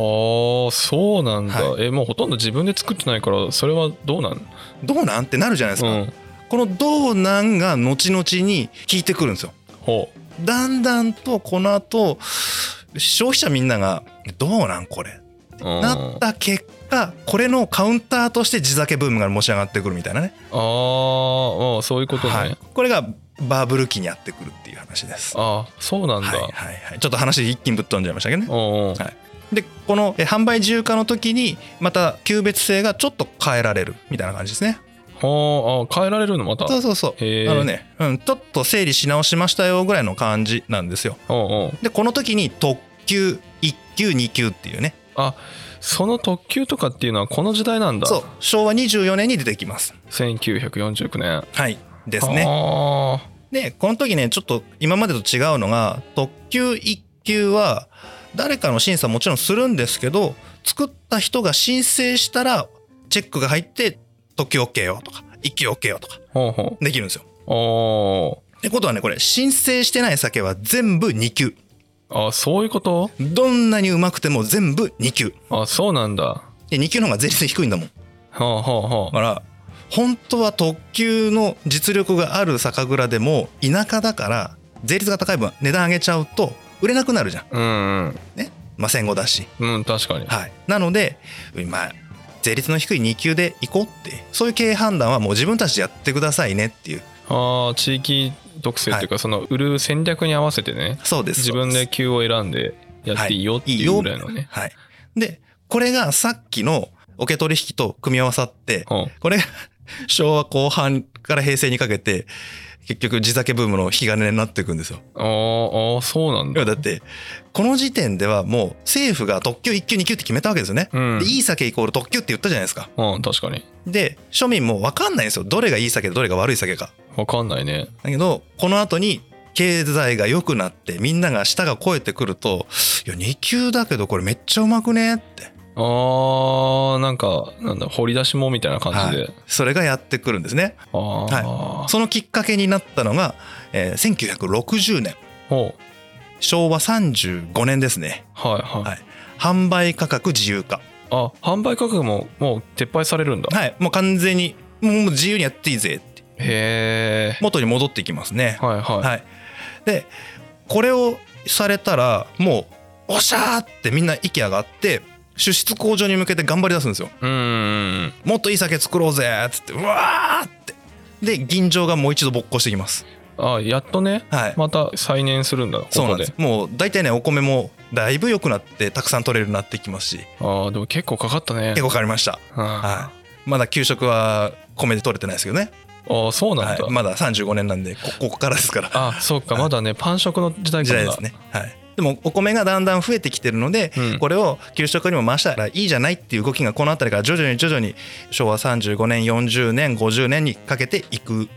そうなんだ、
は
えもうほとんど自分で作ってないからそれはどうなん
どうなんってなるじゃないですか。
うん
このどうなんが後々に効いてくるんですよ。
ほう
だんだんとこの後消費者みんなが「どうなんこれ?」
うん
なった結果これのカウンターとして地酒ブームが持ち上がってくるみたいなね
あーあそういうことね、
はい、これがバブル期にやってくるっていう話です。は
あそうなん
い
だ、
はいはい、ちょっと話一気にぶっ飛んじゃいましたけどね。
おうおう
でこのえ販売自由化の時にまた級別性がちょっと変えられるみたいな感じですね。
ほうあ変えられるのまた
そうそうそう
へー
あのね、うん、ちょっと整理し直しましたよぐらいの感じなんですよ。
おうおう
でこの時に特級1級2級っていうね
その特急とかっていうのはこの時代なんだ
そう昭和24年に出てきます
1949年
はいで
です
ね
あ
でこの時ねちょっと今までと違うのが特級1級は誰かの審査もちろんするんですけど作った人が申請したらチェックが入って特急 OK よとか一級 OK よとか
ほうほ
できるんですよ。
うお
ってことはねこれ申請してない酒は全部2級
ーあそういうこと
どんなにうまくても全部2級
あそうなんだ
で2級の方が税率低いんだもんだ
ほうほうほう
から本当は特級の実力がある酒蔵でも田舎だから税率が高い分値段上げちゃうと売れなくなるじゃん
うんうん
ねまあ戦後だし
うん確かに
はいなので今税率の低い2級で行こうってそういう経営判断はもう自分たちでやってくださいねっていう
ああ地域特性というか、その売る戦略に合わせてね
そうです
自分で級を選んでやっていいよっていうぐらいのね、
はい。で、これがさっきの受け取引と組み合わさって、
ほう
これが (laughs) 昭和後半から平成にかけて、結局地酒ブームの引き金になっていくんですよ。
あーあーそうなん
要
だ
はだって、この時点ではもう政府が特急1級2級って決めたわけですよね。
うん
でいい酒イコール特急って言ったじゃないですか。
うん確かに
で、庶民もわかんないんですよ。どれがいい酒でどれが悪い酒か。
わかんないね
だけど、この後に経済が良くなって、みんなが舌が肥えてくると、いや、2級だけどこれめっちゃうまくねって。
あーなんかなんだ掘り出しもみたいな感じで、
それがやってくるんですね
ああー、
そのきっかけになったのが、えー1960年
ほう
昭和35年ですね
はいはい、
はい販売価格自由化
あ販売価格ももう撤廃されるんだ
はいもう完全にもう自由にやっていいぜって
へえ
元に戻っていきますね
はいはい、
はいでこれをされたらもうおっしゃーってみんな息上がって出出向上に向けて頑張り出すんですよ
うんうん
もっといい酒作ろうぜっつってうわーってで銀醸がもう一度勃興してきます
うんあやっとね
はい
また再燃するんだここで
そうなんですもう大体ねお米もだいぶ良くなってたくさん取れるようになってきますし
あーでも結構かかったね
結構かかりました
あ
はいまだ給食は米で取れてないですけどね、
ーあーそうな
は
んだ、
い、まだ35年なんでこここからですから
(laughs) あそうか
はい
まだねパン食の時代
時
か
代
ら
ですねはいでもお米がだんだん増えてきてるので、
うん
これを給食にも回したらいいじゃないっていう動きがこの辺りから徐々に徐々に昭和35年40年50年にかけていく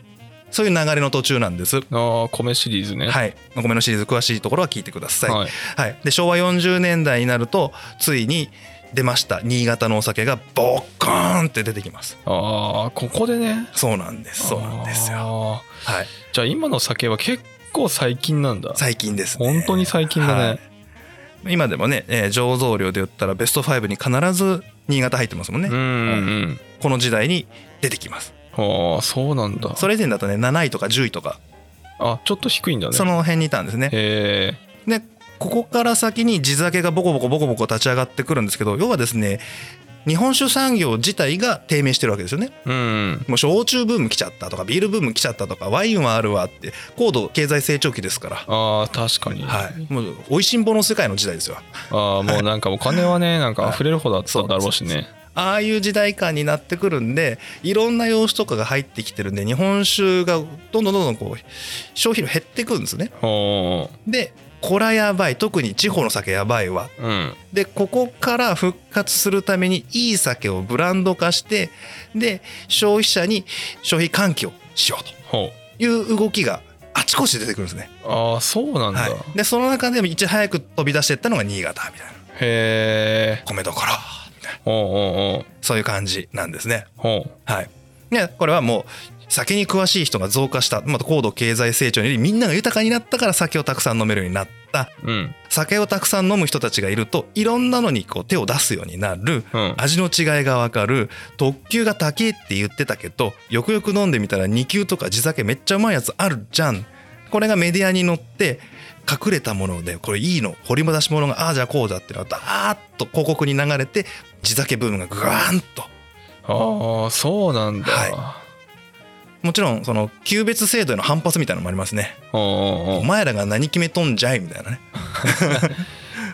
そういう流れの途中なんです
ああ米シリーズね
はいお米のシリーズ詳しいところは聞いてください、
はい
はい、で昭和40年代になるとついに出ました新潟のお酒がボッコーンって出てきます
ああここでね
そうなんですそうなんですよ
よ
はい
じゃあ今の酒は結構最近なんだ
最近ですね
本当に最近だね、
はい今でもね、えー醸造量で言ったらベスト5に必ず新潟入ってますもんね、
うんうん
この時代に出てきます
うんああそうなんだ
それ以前だとね7位とか10位とか
あちょっと低いんだね
その辺にいたんですね
へえ
でここから先に地酒がボコボコボコボコ立ち上がってくるんですけど要はですね日本酒産業自体が低迷してるわけですよね
うん
もう焼酎ブーム来ちゃったとかビールブーム来ちゃったとかワインはあるわって高度経済成長期ですから、
ああ確かに、
はい、もう美味しんぼの世界の時代ですよ
ああもうなんかお金はねなんか溢れるほどあった
そ
ん
う
だろうしね
ああいう時代感になってくるんでいろんな洋酒とかが入ってきてるんで日本酒がどんどんどんどんこう消費量減ってくるんですね
ほ
でこらやばい特に地方の酒やばいわ
ううん
でここから復活するためにいい酒をブランド化してで消費者に消費喚起をしようと
ほ
いう動きがあちこちで出てくるんですね
うああそうなんだ、
はい、でその中でもいち早く飛び出していったのが新潟みたいな
へえ
米どころみたいな
ほうほう
そういう感じなんですね。
ほうほ
はい、でこれはもう酒に詳しい人が増加したまた高度経済成長によりみんなが豊かになったから酒をたくさん飲めるようになった
ううん
酒をたくさん飲む人たちがいるといろんなのにこう手を出すようになる
うん
味の違いが分かる特級が高えって言ってたけどよくよく飲んでみたら2級とか地酒めっちゃうまいやつあるじゃんこれがメディアに乗って隠れたものでこれいいの掘り出し物がああじゃあこうだってのがダーッと広告に流れて地酒ブームがグワーンと
ああそうなんだ、
はもちろんその級別制度への反発みたいなのもありますね
おうおうお
お
う
前らが何決めとんじゃいみたいなね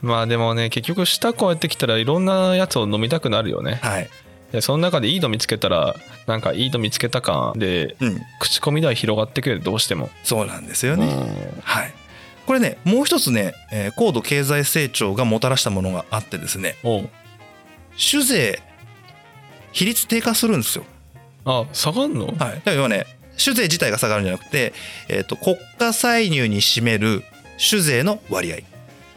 まあでもね結局舌こうやってきたらいろんなやつを飲みたくなるよね
はい
でその中でいいの見つけたらなんかいいの見つけた感で
うん
口コミでは広がってくるどうしても、
そうなんですよ
う
ね、
ん
はいこれねもう一つね、えー高度経済成長がもたらしたものがあってですね
おう
酒税比率低下するんですよ。
あ下がんの、
はい、だから要はね酒税自体が下がるんじゃなくて、えー、と国家歳入に占める酒税の割合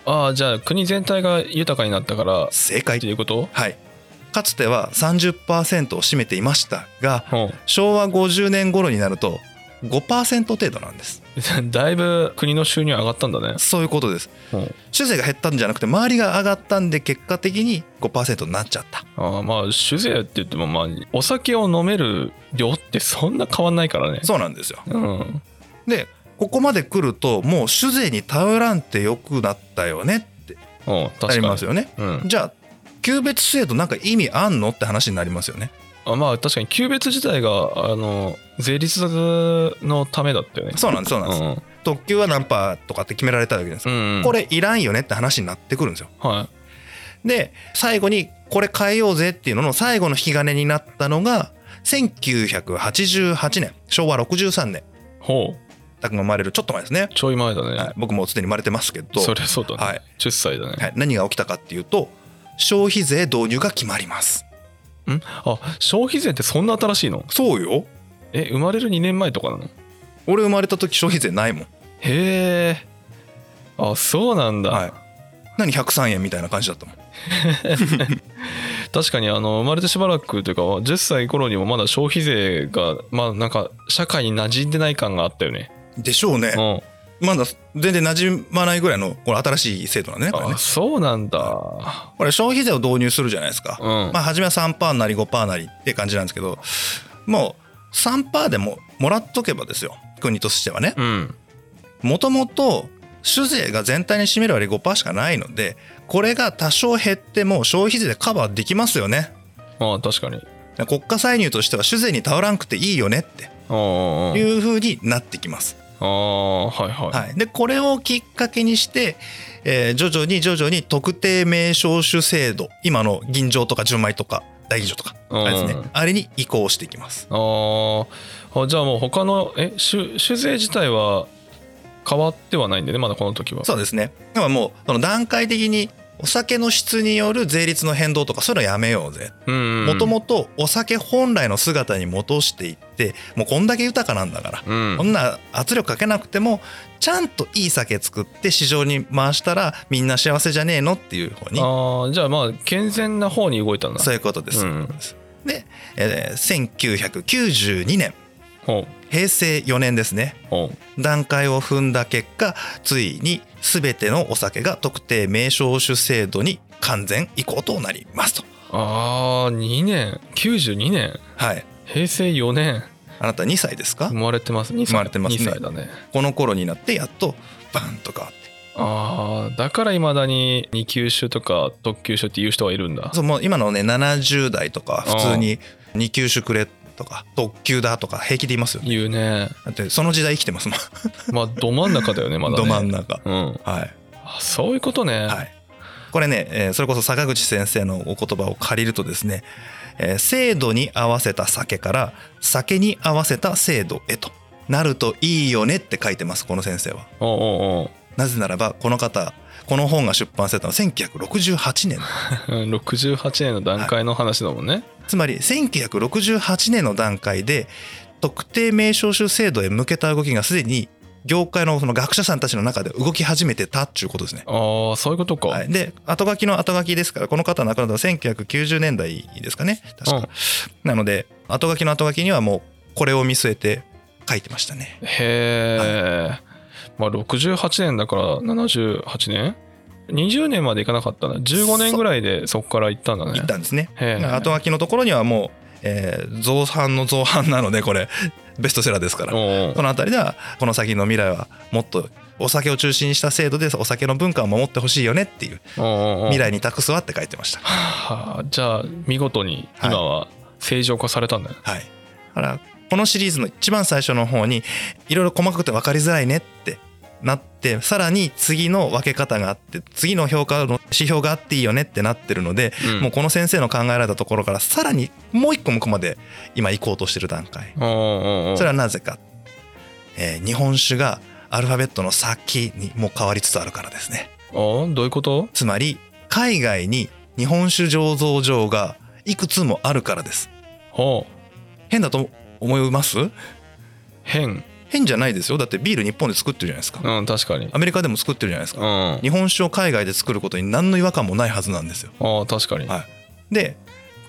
ああじゃあ国全体が豊かになったからっ
正解
ていうこと
はいかつては30%を占めていましたが
おう
昭和50年頃になると5%程度なんです
(laughs) だいぶ国の収入上がったんだね
そういうことです
うん
酒税が減ったんじゃなくて周りが上がったんで結果的に5%になっちゃった
あーまあ酒税って言ってもまあお酒を飲める量ってそんな変わんないからね
そうなんですよ
うん
でここまで来るともう酒税に頼らんってよくなったよねって
おう確
な
か
り
に
ますよね
うん、
じゃあ級別制度なんか意味あんのって話になりますよね
あまあ確かに級別自体があの税率のためだったよね
そうなんですそうなんです、
ん
特級は何パーとかって決められたわけです、
うん、
これいらんよねって話になってくるんですよ
は
で最後にこれ変えようぜっていうのの最後の引き金になったのが1988年昭和63年
いほう
たくんが生まれるちょっと前ですね、
ちょい前だね、
はい僕もうすでに生まれてますけど
そりゃそうだね、
はい
10歳だね、
はい、何が起きたかっていうと消費税導入が決まります
んあ消費税ってそんな新しいの
そうよ
え生まれる2年前とかなのへ
俺生まれた時消費税ないもん、
えあそうなんだ、
はい、何103円みたいな感じだったもん
確かにあの生まれてしばらくというか10歳頃にもまだ消費税がまあなんか社会に馴染んでない感があったよね
でしょうね
うん、
まだ全然馴染まないぐらいのこれ新しい制度なんでねこれね
あそうなんだ
これ消費税を導入するじゃないですか
う、ん、
まあ初めは3%なり5%なりって感じなんですけどもう3%でももらっとけばですよ国としてはね
うん
もともと酒税が全体に占める割5%しかないのでこれが多少減っても消費税でカバーできますよね
まあ確かに
国家歳入としては酒税に頼らんくていいよねって
あああ
いう風になってきます。
あはいはい、
はい、でこれをきっかけにして、えー徐々に徐々に特定名称種制度今の銀錠とか純米とか大吟醸とか
うん
あれですねあれに移行していきます。
あーあじゃあもう他のえ酒酒税自体は変わってはないんでねまだこの時は
そうですねだからもうその段階的にお酒の質による税率の変動とかそういうのやめようぜ
うん
もともとお酒本来の姿に戻していってもうこんだけ豊かなんだから
う
こ
ん
んな圧力かけなくてもちゃんといい酒作って市場に回したらみんな幸せじゃねえのっていう方に
ああじゃあまあ健全な方に動いたんだ
そういうことです。
うん
で、えー1992年
ほう
平成4年ですね
ほ
段階を踏んだ結果ついに全てのお酒が特定名称酒制度に完全移行となりますと。
うああ2年92年
はい、
平成4年
あなた2歳ですか
生まれてます2歳
生まれてますね
2歳だね
この頃になってやっとバンと変わって
ああだからいまだに2級酒とか特級酒って言う人はいるんだ
そうもう今のね70代とかは普通に2級酒くれとか特級だとか平気で言いますよね
言うね
だってその時代生きてますもん、
まあど真ん中だよねまだね
(laughs) ど真ん中
うん
はい
あそういうことね、
はい、これね、えーそれこそ坂口先生のお言葉を借りるとですね、えー制度に合わせた酒から酒に合わせた制度へとなるといいよねって書いてますこの先生は。
おうおうおう
なぜならばこの方この本が出版されたのは1968年
うん68年の段階の話だもんね、
つまり1968年の段階で特定名称種制度へ向けた動きがすでに業界のその学者さんたちの中で動き始めてたっていうことですね。
ああそういうことか、
はい、で後書きの後書きですからこの方亡くなったのは1990年代ですかね確か、なので後書きの後書きにはもうこれを見据えて書いてましたね
へえ、まあ68年だから78年20年までいかなかったな15年ぐらいでそこから行ったんだね
言ったんですね
へえ
後書きのところにはもう、えー造反の造反なのでこれ (laughs) ベストセラーですから
おう
この辺りではこの先の未来はもっとお酒を中心にした制度でお酒の文化を守ってほしいよねっていう
おうおう
未来に託すわって書いてました
はあじゃあ見事に今は正常化されたんだよ、
はい、だからこのシリーズの一番最初の方にいろいろ細かくて分かりづらいねってなってさらに次の分け方があって次の評価の指標があっていいよねってなってるので、
うん
もうこの先生の考えられたところからさらにもう一個向こうまで今行こうとしてる段階
おうおうおう
それはなぜか、えー日本酒がアルファベットの先にもう変わりつつあるからですね
おうどういうこと
つまり海外に日本酒醸造場がいくつもあるからです
ほう
変だと思います
変
変じゃないですよだってビール日本で作ってるじゃないですか
うん確かに
アメリカでも作ってるじゃないです
うん
か
あ
日本酒を海外で作ることに何の違和感もないはずなんですよ
あ確かに
はいで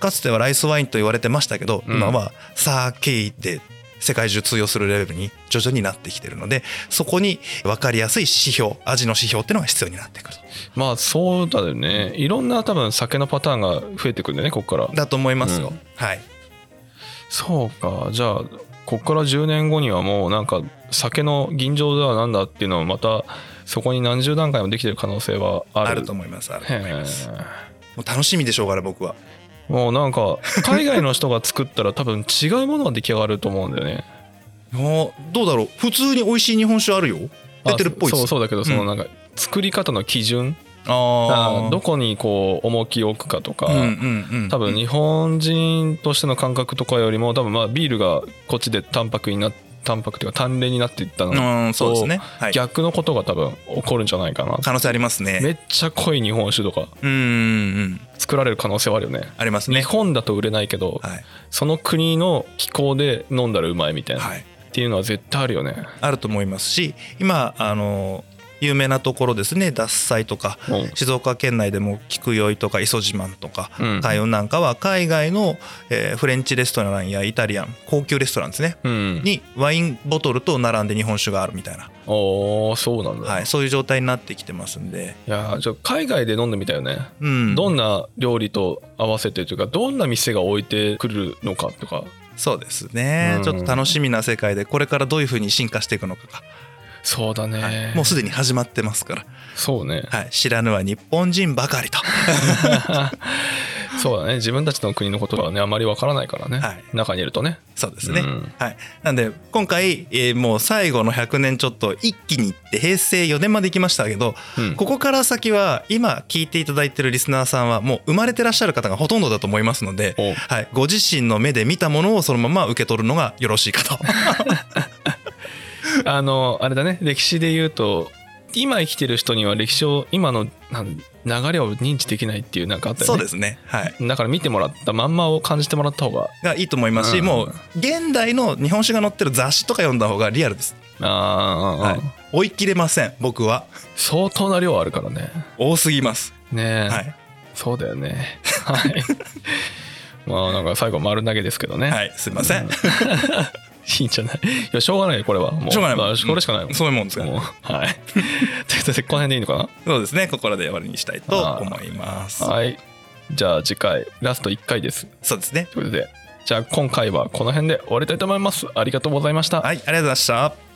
かつてはライスワインと言われてましたけど、
うん
今は酒で世界中通用するレベルに徐々になってきてるのでそこに分かりやすい指標味の指標っていうのが必要になってくる
まあそうだよねいろんな多分酒のパターンが増えてくるんだよねここから
だと思いますよ、
うん
はい
そうかじゃあここから10年後にはもうなんか酒の吟醸だなんだっていうのをまたそこに何十段階もできてる可能性はあ
あ
る
ると思いますあると
へ
思います
え
もう楽しみでしょうから僕は
もうなんか海外の人が作ったら多分違うものが出来上がると思うんだよね
もうどうだろう普通に美味しい日本酒あるよ (laughs) 出てるっぽい
あ
で
そう
す
そうだけどその
うん
なんか作り方の基準、
あ
あ
ー
どこにこう重きを置くかとか、
うんうんうん
多分日本人としての感覚とかよりも多分まあビールがこっちで淡白にな淡白というか淡麗になっていったの、
うんそうですねはい
逆のことが多分起こるんじゃないかな
可能性ありますね
めっちゃ濃い日本酒とか
うんうんうん
作られる可能性はあるよね
あります
日
ね
本だと売れないけど
はい
その国の気候で飲んだらうまいみたいな、
はい
っていうのは絶対あるよね
あると思いますし今あの有名なところですね獺祭とか
うん
静岡県内でも菊酔いとか磯島とか
うん
海運なんかは海外の、えーフレンチレストランやイタリアン高級レストランですね
うん
にワインボトルと並んで日本酒があるみたいな、
おーそうなんだ、、
はいい、そういう状態になってきてますんで、
やーちょ海外で飲んでみたいよね、
うん、
どんな料理と合わせてというかどんな店が置いてくるのかとか
そうですね、
うん
ちょっと楽しみな世界でこれからどういうふうに進化していくのかが、
そうだね、
はいもうすでに始まってますから、
そう
(laughs)
ね
はい、知らぬは日本人ばかりと、 (laughs)
そうだね自分たちの国のことはねあまりわからないからね、
はい
中にいるとね
そうですね、
うん
はい、なんで今回、えーもう最後の100年ちょっと一気にいって平成4年まで行きましたけど、
うん
ここから先は今聞いていただいてるリスナーさんはもう生まれてらっしゃる方がほとんどだと思いますので、
お
はい、ご自身の目で見たものをそのまま受け取るのがよろしいかと。
あのあれだね歴史で言うと今生きてる人には歴史を今のなん流れを認知できないっていうなんかあったよ
そう
ね
ですね、 (laughs) はい、
だから見てもらったまんまを感じてもらった方が
がいいと思いますし、
うん
もう現代の日本酒が載ってる雑誌とか読んだ方がリアルです。
あー、
はい
うん、
追い切れません僕は
相当な量あるからね
多すぎます。
ねえ、
はい、
そうだよねはい (laughs) まあなんか最後丸投げですけどね、
はい、すいま
(laughs)
せ
い
ん。
いんじゃないいやしょうがないよこれはもう
しょうがないもん
まあこれしかないもん、
そういうもんですから
もうはい (laughs) ということでこの辺でいいのか
そうですねここらで終わりにしたいと思います
な。はいじゃあ次回ラスト1回です
そうですね
ということでじゃあ今回はこの辺で終わりたいと思いますありがとうございました
はいありがとうございました。